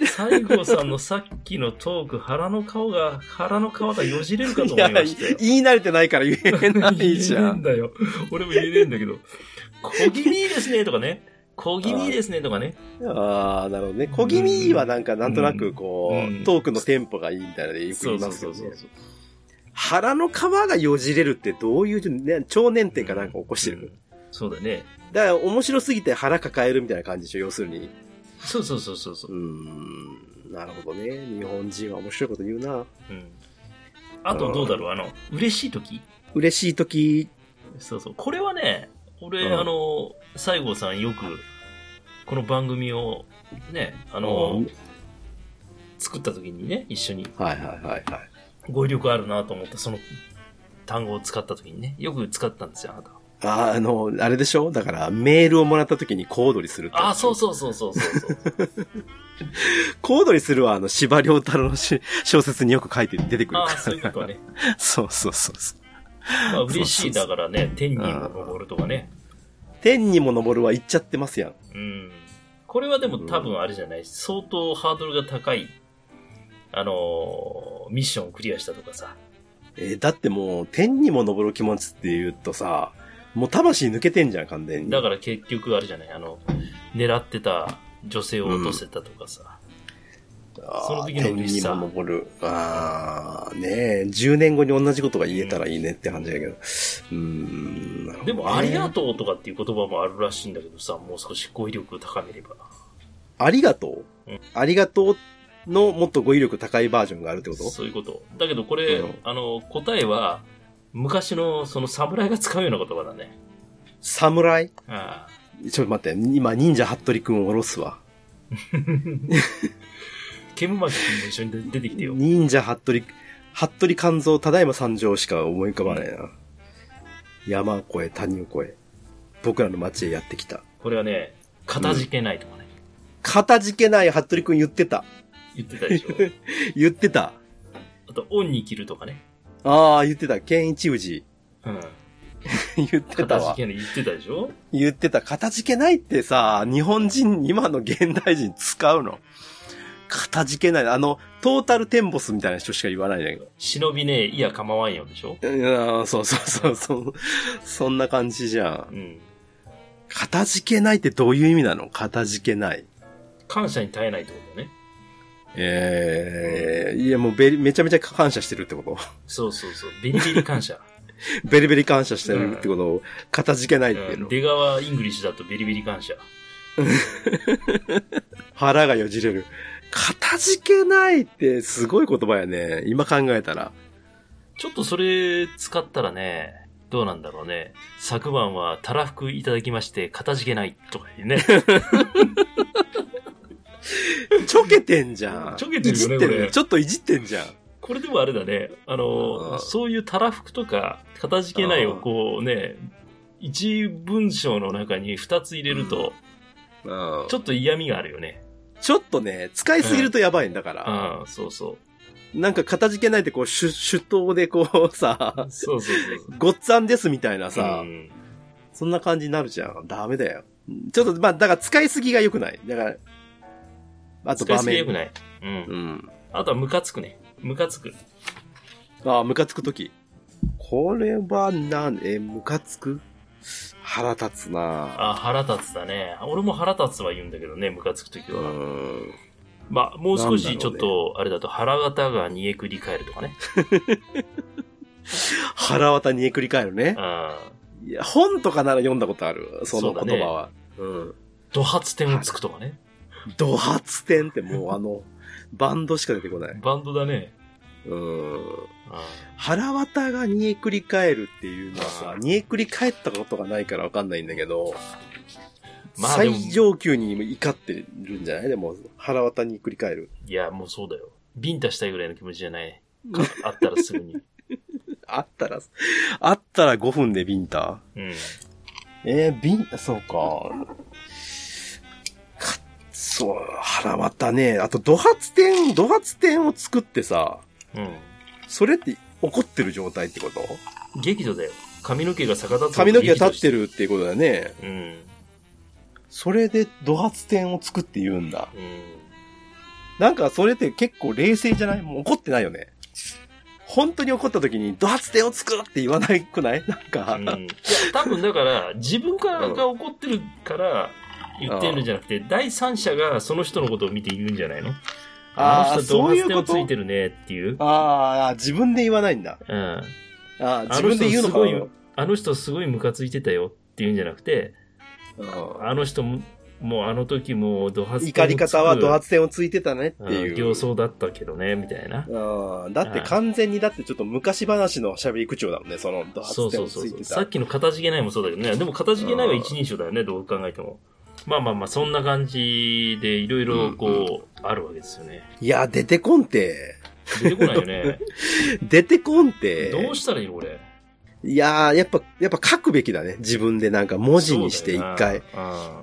C: 西郷さんのさっきのトーク、腹の顔が、腹の皮がよじれるかと
B: い
C: 思
B: や、
C: いましたよ。
B: 言い慣れてないから言えないじ
C: 言え
B: ゃ
C: ねえん
B: ん。
C: だよ。俺も言えねえんだけど。小気味いいですねとかね。小気味いいですねとかね。
B: ああ、なるほどね。小気味はなんかなんとなくこう、
C: うん
B: トークのテンポがいいみたいなのでよく
C: そ
B: 言いう
C: そ
B: ま
C: う
B: すけ
C: そ
B: ど
C: う
B: ね、
C: そう。
B: 腹の皮がよじれるってどういう、ね、超念点かなんか起こして
C: う
B: る。
C: んそうだね。
B: だから面白すぎて腹抱えるみたいな感じでしょ、要するに。
C: そうそうそうそうそうう。
B: ん、なるほどね。日本人は面白いこと言うな。
C: うん。あとどうだろうあの、嬉しい時
B: 嬉しい時、
C: そうそう。これはね、俺、
B: うん
C: あの、西郷さんよく、この番組を、ね、あの、
B: うん
C: 作った時にね、一緒に
B: はいはいはいはい。
C: 語彙力あるなと思った、その単語を使った時にね、よく使ったんですよ、あなた。
B: ああの、あれでしょだから、メールをもらった時に小躍りするって。
C: ああ、そうそうそうそうそう そう。
B: 小躍りするは、あの、司馬遼太郎のし小説によく書いて出てくる
C: あ
B: か
C: あ、
B: ら。
C: そういうことね。
B: そうそうそうそう。
C: まあ、嬉し
B: そう
C: いだ
B: そ
C: からね、天にも昇るとかね。
B: 天にも昇るは言っちゃってますやん。
C: うん。これはでも多分あれじゃない、相当ハードルが高い、あのーミッションをクリアしたとかさ。
B: えーだってもう、天にも昇る気持ちって言うとさ、もう魂抜けてんじゃん、完全に。
C: だから結局あれじゃない、あの、狙ってた女性を落とせたとかさ。
B: あー
C: その時の嬉しさ
B: 天にも昇る。ああ、ねえ、10年後に同じことが言えたらいいねって感じだけど。うーん。なるほどね
C: でも、ありがとうとかっていう言葉もあるらしいんだけどさ、もう少し語彙力を高めれば。
B: ありがとう、
C: うん
B: ありがとうのもっと語彙力高いバージョンがあるってこと
C: そういうこと。だけどこれ、
B: うん
C: あの、答えは、昔のその侍が使うような言葉だね。
B: 侍
C: ああ
B: ちょっと待って、今忍者ハットリくんを下ろすわ。
C: 煙巻君も一緒に出てきてよ。
B: 忍者ハットリ、ハットリ肝臓ただいま参上しか思い浮かばないな。山を越え、谷を越え、僕らの街へやってきた。
C: これはね、かたじけないとかね、
B: かたじけないハットリくん言ってた。
C: 言って たでしょ。
B: 言ってた。
C: あと、恩に着るとかね。
B: ああ、言ってた。ケンイチウジ。
C: うん。
B: 言ってた
C: かたじ
B: わ。
C: けない言ってたでしょ。
B: 言ってた。かたじけないってさ、日本人、今の現代人使うの。かたじけない。あの、トータルテンボスみたいな人しか言わないんだけど。
C: 忍びねえ、いや構わんよでしょ。
B: いやーそうそうそうそう。そんな感じじゃ。
C: うんん。
B: かたじけないってどういう意味なのかたじけない。
C: 感謝に耐えないってことね。
B: ええいやもうべりめちゃめちゃ感謝してるってこと。
C: そうそう そう。ビリビリ感謝。
B: ベリベリ感謝してるってことを、かたじけないっていううんの。
C: 出川イングリッシュだとビリビリ感謝。
B: 腹がよじれる。かたじけないってすごい言葉やね。今考えたら。
C: ちょっとそれ使ったらね、どうなんだろうね。昨晩は たらふくいただきまして、かたじけないとかね。
B: ちょけてんじゃん。
C: ちょけてるよね
B: いじっ
C: これ
B: ちょっといじってんじゃん。
C: これでもあれだね。あ
B: う
C: の、
B: ん
C: そういうたらふくとか、かたじけないをこうね、一文章の中に二つ入れると、
B: うん
C: ちょっと嫌味があるよね。
B: ちょっとね、使いすぎるとやばいんだから。
C: ああ、そうそう。
B: なんか、かたじけないってこう、手、手刀でこう、さ、
C: そうそうそうそう。
B: ごっつぁんですみたいなさ、
C: うん
B: そんな感じになるじゃん。ダメだよ。ちょっと、まあ、だから使いすぎが良くない。だから、あと
C: 使い
B: 場
C: すぎ良
B: 面
C: く。ない。うん
B: うん。
C: あとはムカつくね。ムカつく。
B: ああ、ムカつくとき。これはなん、え、ムカつく腹立つな
C: あ、腹立つだね。俺も腹立つは言うんだけどね、ムカつくとき
B: う
C: は。
B: ん。
C: まあ、もう少
B: なん
C: し
B: だ
C: ち
B: ろ
C: ょ
B: う
C: っ
B: ね
C: と、あれだと腹型が煮えくり返るとかね。
B: 腹渡にえくり返るね。
C: ああ
B: いや、本とかなら読んだことある。その言葉は。うん。
C: ド発点をつくとかね。
B: ド発点ってもうあの、 バンドしか出てこない。
C: バンドだね。
B: うん。
C: あ
B: 腹渡が煮えくり返るっていうのはさ
C: あ、ー
B: 煮えくり返ったことがないからわかんないんだけど、
C: まあでも
B: 最上級に怒ってるんじゃないでも、腹渡にくり返る。
C: あいや、もうそうだよ。ビンタしたいぐらいの気持ちじゃない。かあったらすぐに。
B: あったら、あったら5分でビンタ
C: うん。
B: えー、ビンタ、そうか。かそう、腹渡ね。あと、土発点、土発点を作ってさ、
C: う
B: それって怒ってる状態ってこと
C: ん。激怒だよ。髪の毛が逆立つ。
B: 髪の毛が立って
C: る。
B: るっていうことだね。
C: うん。
B: それで土発点を作って言うんだ。
C: うん。
B: なんかそれって結構冷静じゃないもう怒ってないよね。本当に怒った時に、ド発点を作るって言わなくないなんか、
C: うん、いや多分だから自分からが怒ってるから言ってるんじゃなくて第三者がその人のことを見て言うんじゃないの
B: あー
C: あの人ド
B: そう
C: ハ
B: い
C: ス
B: う
C: テ
B: こ
C: をつ
B: と
C: いてるねっていう
B: ああ、自分で言わないんだ。
C: うん、
B: ああ、
C: あ
B: 自
C: の
B: 分で
C: 人
B: 言うの
C: す
B: か
C: ごいあの人すごいムカついてたよっていうんじゃなくて
B: うん
C: あの人ももうあの時もうドハステ
B: 怒り方はド発点をついてたねっていう。
C: 形相だったけどねみたいな
B: あーだって完全に、だってちょっと昔話の喋り口調だもんね、そのド発
C: そ
B: 点
C: うそ
B: を
C: う
B: つ
C: そう
B: い
C: そ
B: て
C: う
B: た。
C: さっきの片付けないもそうだけどねでも片付けないは一人称だよねどう考えてもまあまあまあそんな感じでいろいろこうあるわけですよね
B: いや、出てこんて。
C: 出てこないよ ね。
B: 出てこんて。
C: どうしたらいいのこれ。
B: いやー、やっぱ、やっぱ書くべきだね。自分でなんか文字にして一回。
C: 回。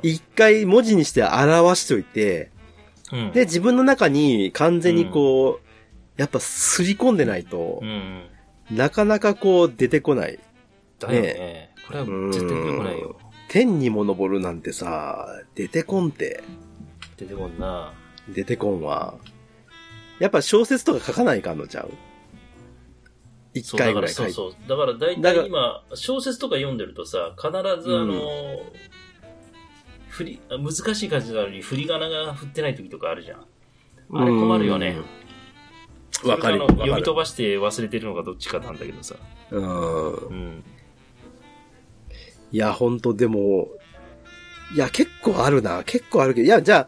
B: 一回文字にして表しておいて、
C: うん
B: で、、自分の中に完全にこう、やっぱすり込んでないと
C: う、ん。
B: なかなかこう出てこない。
C: だよね。これは絶対出てこないよ。
B: 天にも昇るなんてさ、出てこんて、
C: 出てこんな。
B: 出てこんは。やっぱ小説とか書かないかんのちゃう一
C: そう、だ
B: 回
C: か
B: ぐ
C: ら
B: らい書
C: そう
B: いて。
C: そう。だから大
B: だから
C: 体今、小説とか読んでるとさ、必ずあの、振り、難しい感じなのに振り仮名が振ってない時とかあるじゃん。あれ困るよね。
B: うん。わかる。
C: それ
B: わ
C: あの
B: か
C: 読み
B: る
C: 飛ばして忘れてるのがどっちかなんだけどさ。
B: うん。
C: うん。
B: いや、ほんと、でも、いや、結構あるな。結構あるけど。いや、じゃあ、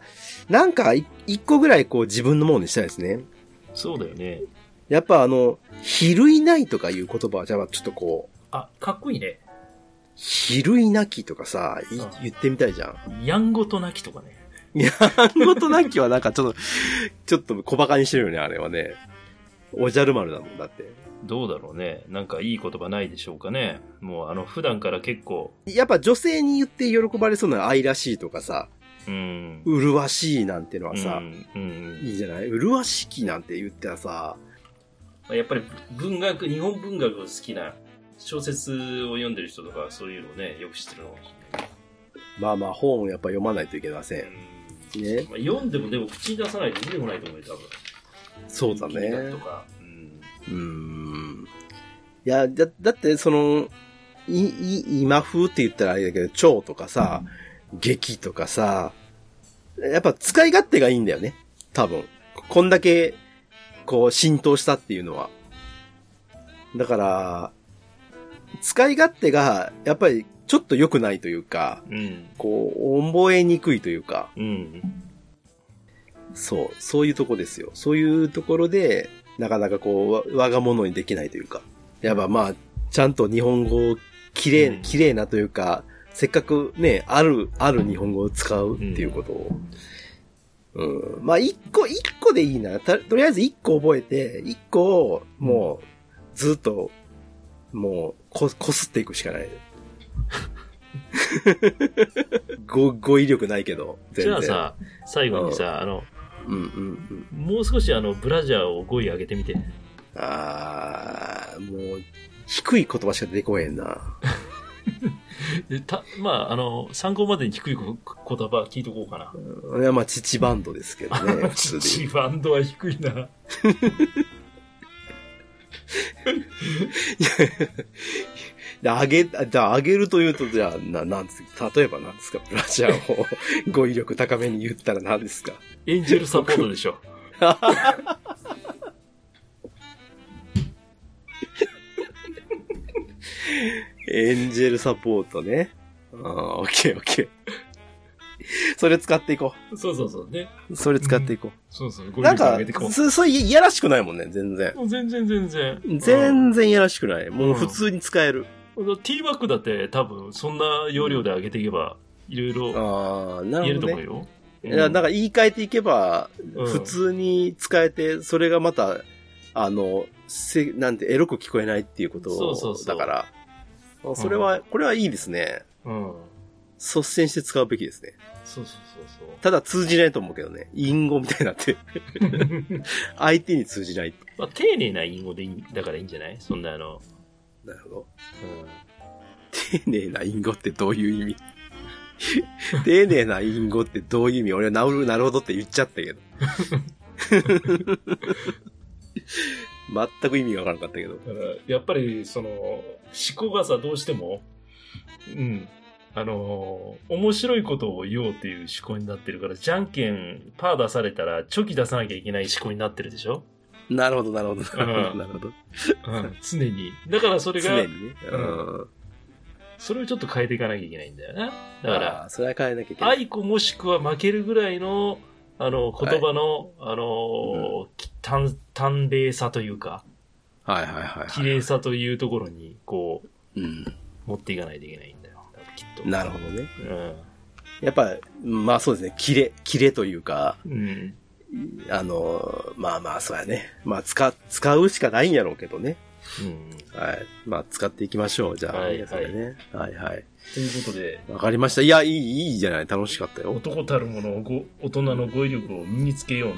B: なんか、い一個ぐらいこう自分のものにしたいですね。
C: そうだよね。
B: やっぱあの、比類ないとかいう言葉は、じゃあちょっとこう、
C: あ、かっこいいね。
B: 比類なきとかさ、い
C: うん
B: 言ってみたいじゃん。
C: やんごとなきとかね。
B: いや、単語となきはなんかちょっと、ちょっと小馬鹿にしてるよね、あれはね。おじゃる丸だもん、だって。
C: どうだろうね。なんかいい言葉ないでしょうかね。もうあの、普段から結構、
B: やっぱ女性に言って喜ばれそうな愛らしいとかさ、
C: うん。
B: 麗しいなんてのはさ、
C: うんうん
B: いいじゃない麗しきなんて言ったらさ、
C: うん、やっぱり文学、日本文学を好きな小説を読んでる人とか、そういうのをね、よく知ってるのかもし
B: まあまあ本をやっぱ読まないといけませ
C: れ
B: ん。
C: ない。
B: ね。
C: まあ、読んでもでも口に出さないと出てこないと思うよ、多分。
B: そうだ
C: 人間
B: ね
C: と。か。うん。
B: うーん。いや、だ、だってその、い、い、今風って言ったらあれだけど、蝶とかさ、劇とかさ、やっぱ使い勝手がいいんだよね。多分。こんだけ、こう浸透したっていうのは。だから、使い勝手が、やっぱりちょっと良くないというか、
C: うん。
B: こう、覚えにくいというか、
C: うん。
B: そう、そういうとこですよ。そういうところで、なかなかこう、わ我が物にできないというか。やっぱまあ、ちゃんと日本語を綺
C: う
B: 麗、
C: ん
B: 綺麗なというか、せっかくね、ある、ある日本語を使うっていうことをうん。まあ、一個、一個でいいな。たとりあえず一個覚えて、一個を、もう、ずっと、もう、こ、こすっていくしか ない。 ご、語彙力ないけど、全
C: じ
B: 然。
C: ゃあさ、最後にさ、あの、
B: うんうんうん。
C: もう少しあの、ブラジャーを5位上げてみて。
B: あー、もう、低い言葉しか出てこへんな。
C: でたまあ、あの、参考までに低いこ言葉聞いとこうかな。
B: いや、まあ、父バンドです けどね、普通で言う
C: 父バンドは低いな。
B: で、あげ、じゃあ、あげるというと、じゃあ、な、なんつ、例えばなんですかブラジャーを 語彙力高めに言ったら何ですか
C: エンジェルサポートでしょ。
B: エンジェルサポートね。ああ、オッケーオッケー。それ使っていこ
C: そうそうそうね。
B: う。それ使っていこ
C: そうそう、
B: う。
C: 語彙
B: なん
C: 力上
B: か
C: げてこ、
B: そ、そういいやらしくないもんね、全然。
C: う。全然全然。
B: 全然いやらしくない。もううん普通に使える。
C: うんティーバックだって多分そんな要領で上げていけば、いろいろ
B: ああ、な
C: 言え
B: る
C: る
B: ほ
C: と
B: ど
C: 思
B: ね。
C: うよ。
B: いや、なん
C: か
B: か言い換えていけば、普通に使えて、それがまた、あの、せ、なんて、エロく聞こえないっていうこ
C: そうそう
B: と
C: そう
B: だから、あそれは、これはいいですね。
C: うん。うん
B: 率先して使うべきですね。
C: そうそうそうそう。
B: ただ通じないと思うけどね。隠語みたいになっ て、相手に通じない。
C: まあ、丁寧な隠語でいい、だからいいんじゃないそんなあの、
B: なるほど。
C: うん
B: 丁寧な隠語ってどういう意味 丁寧な隠語ってどういう意味俺はなる、なるほどって言っちゃった けど。全く意味がわからなかったけど。
C: だからやっぱりその思考がさどうしてもうんあのー面白いことを言おうっていう思考になってるからじゃんけんパー出されたらチョキ出さなきゃいけない思考になってるでしょ、
B: なるほど、なるほど、なるほど、
C: う ん
B: なるほど。
C: うん、常にだからそれ
B: 常
C: が
B: にね。う。
C: うんそれをちょっと変えていかなきゃいけないんだよなだ
B: だ
C: か
B: からら、それは変えなきゃいけない。
C: 愛子もしくは負けるぐらいのあの言葉の、あのーき端端米さというか
B: はいはいはい
C: 綺
B: は
C: 麗さというところにこう
B: い。うん。
C: 持っていかないといけないんだよきっと
B: なるほどね。
C: うん
B: やっぱ、まあそうですね、キレ、キレというか、
C: うん、
B: あの、まあまあそうやね。まあ使、使うしかないんやろうけどね。
C: うん。
B: はい。まあ使っていきましょう、じゃあ。
C: はい
B: 皆さんでね。はいはい。
C: ということで、
B: わかりました。いや、いい、いいじゃない。楽しかったよ。
C: 男たるものをご、大人の語彙力を身につけようの、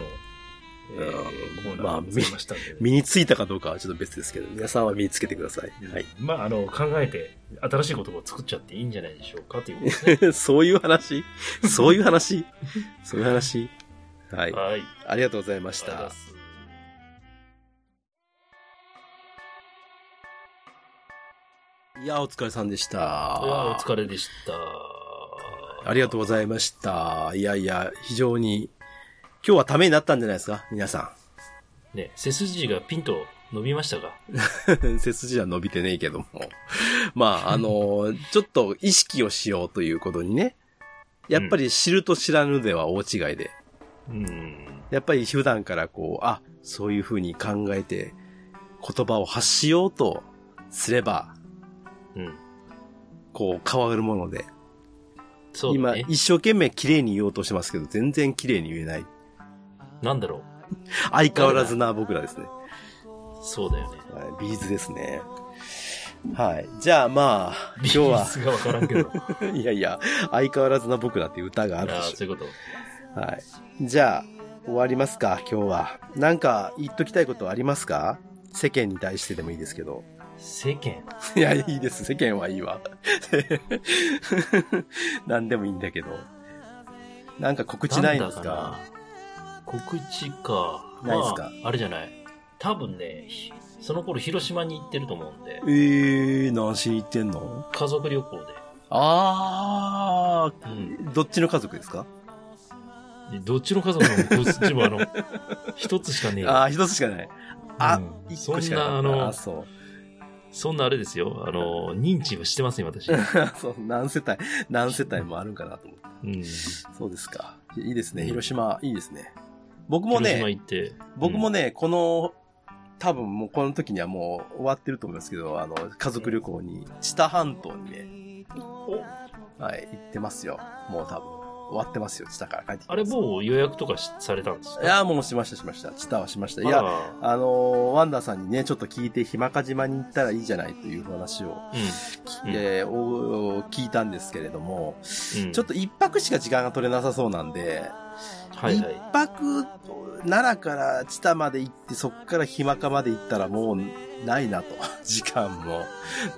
C: えー
B: うん
C: コー
B: ま
C: ナ
B: あ
C: ーでございましたんで、ね
B: 身についたかどうかはちょっと別ですけど、皆さんは身につけてください。はい。
C: まあ、あの、考えて、新しい言葉を作っちゃっていいんじゃないでしょうかということですね。
B: そういう話そういう話そういう話はい。
C: はい。
B: ありがとうございまし
C: ありがとうござい
B: た
C: ま。す
B: いや、お疲れさんでした。
C: いやお疲れでした。
B: ありがとうございました。いやいや、非常に、今日はためになったんじゃないですか皆さ
C: ね、背筋がピンと伸びましたか
B: ん。 背筋は伸びてねえけども。まあ、あの ーちょっと意識をしようということにね。やっぱり知ると知らぬでは大違いで。
C: うん。
B: やっぱり普段からこう、あ、そういう風に考えて言葉を発しようとすれば、
C: うん。
B: こう変わるもので。
C: そうだ
B: 今、
C: ね。
B: 一生懸命綺麗に言おうとしてますけど、全然綺麗に言えない。
C: なんだろ
B: 相変わらずな僕らですね。
C: う。そうだよね。
B: はい、ビーズですね。はい。じゃあまあ、今日は
C: ビ、ーズがわからんけど。
B: いやいや、相変わらずな僕らっていう歌 があ
C: あ
B: るで
C: あ、
B: し
C: そういうこと。
B: ょ。はい。じゃあ、終わりますか、今日は。なんか、言っときたいことありますか世間に対してでもいいですけど。
C: 世間。
B: いや、いいです。世間はいい わ。何でもいいんだけど。なんか告知ないんですか
C: んだな告知か。
B: ないですか
C: まあ、あれじゃない。多分ね、ひその頃広島に行ってると思うんで、
B: えー、何しに行ってんの
C: 家族旅行で。
B: あ
C: うん。
B: ー、どっちの家族ですか
C: でどっちの家族もどっちもあの、 一つしかねえよ。
B: あー、一つしかない。あ
C: うん
B: 一
C: そ
B: 個し
C: ん
B: かなかっ
C: な、あ
B: たあ
C: の、
B: そう。
C: そんなあれですよ。あの、認知はしてませ ん、私。う
B: そう、何世帯、何世帯もあるんかなと思って。
C: ん。
B: そうですか。いいですね。
C: うん
B: 広島、いいですね。僕も
C: 広島
B: ね、
C: 行って。
B: 僕も
C: ね、
B: ね、この、多分もうこの時にはもう終わってると思いますけど、あの、家族旅行に、知多半島にね、
C: お
B: はい、行ってますよ。もう多分。終わってますよ、チタから帰ってきて
C: あれもう予約とかしされたんですか
B: いや、もうしました、しました。チタはしました。いや、
C: あ
B: あのーワンダーさんにね、ちょっと聞いて、ひまか島に行ったらいいじゃないという話を
C: らう
B: 聞,、えーお聞いたんですけれども、
C: ん。うん。
B: ちょっと一泊しか時間が取れなさそうなんで、
C: はいはい。
B: 一泊、奈良から知多まで行って、そっからひまかまで行ったらもうないなと。 時間も、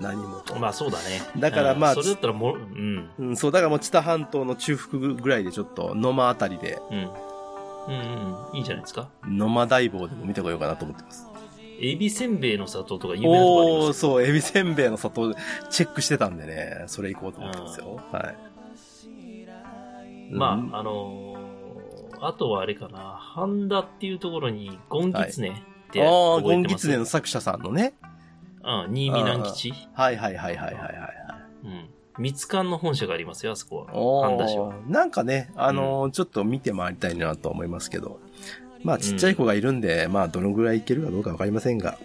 B: 何もと。
C: まあそうだね。
B: だから
C: うん
B: まあ
C: それだったらもう、うん。
B: うん、そう、だからもう知多半島の中腹ぐらいでちょっと、野間あたりで、
C: うん。うんうん。いいんじゃないですか。
B: 野間大坊でも見てこようかなと思ってます。
C: エビせんべいの砂糖とか有名なとこあり
B: お
C: ま
B: ー、
C: す
B: そう、エビせんべいの里、チェックしてたんでね、それ行こうと思ってますよ。はい。
C: ま
B: うん
C: あ、あのーあとはあれかな。ハンダっていうところに、ゴンギツネって
B: あ
C: 覚
B: ー、
C: え
B: ゴン
C: て
B: ギ
C: ま
B: ツ
C: す。
B: ネの作者さんのね。
C: うん、新見南吉。
B: はいはいはいはいはいはいはい。
C: うん。三つ館の本社がありますよ、あそこ
B: お
C: は。半田市は。
B: ーなんかね、あのーちょっと見て回りたいなと思いますけど。まあ、ちっちゃい子がいるんで、まあ、どのぐらいいけるかどうかわかりませんが。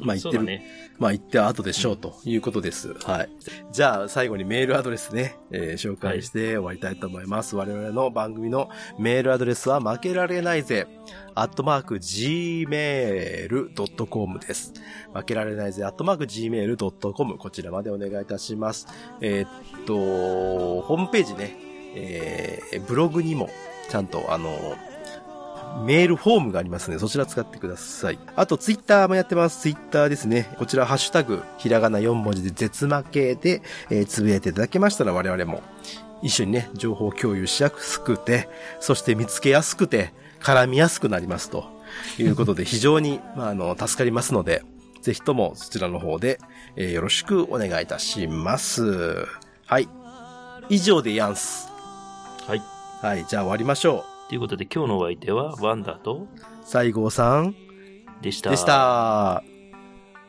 B: まあ、行
C: そ
B: って
C: う
B: る。
C: だね。
B: まあ、行って後でしょうということです。はい。じゃあ、最後にメールアドレスね、えー紹介して終わりたいと思います。我々の番組のメールアドレスは、負けられないぜ、アットマーク gmail.com です。負けられないぜ、アットマーク gmail.com、こちらまでお願いいたします。えーっと、ホームページね、えーブログにも、ちゃんと、あの、メールフォームがありますので、そちら使ってください。あと、ツイッターもやってます。ツイッターですね。こちら、ハッシュタグ、ひらがな4文字で、絶負けで、えーつぶやいていただけましたら、我々も、一緒にね、情報共有しやすくて、そして見つけやすくて、絡みやすくなりますということで、非常に、まあ、あの、助かりますので、ぜひともそちらの方で、えーよろしくお願いいたします。はい。以上でやんす。
C: はい。
B: はい、じゃあ終わりましょ
C: ということで、今日のお相手は、ワンダと
B: う。西郷さん
C: でした。
B: でした。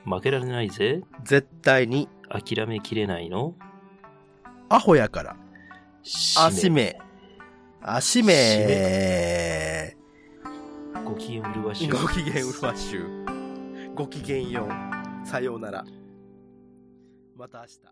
C: 負けられないぜ。
B: 絶対に、
C: 諦めきれないの。
B: アホやから、
C: し
B: 足
C: め。
B: め、足め、
C: ご機嫌うるわしゅう
B: ご機嫌うるわしゅう。ご機嫌よう。さようなら。また明日。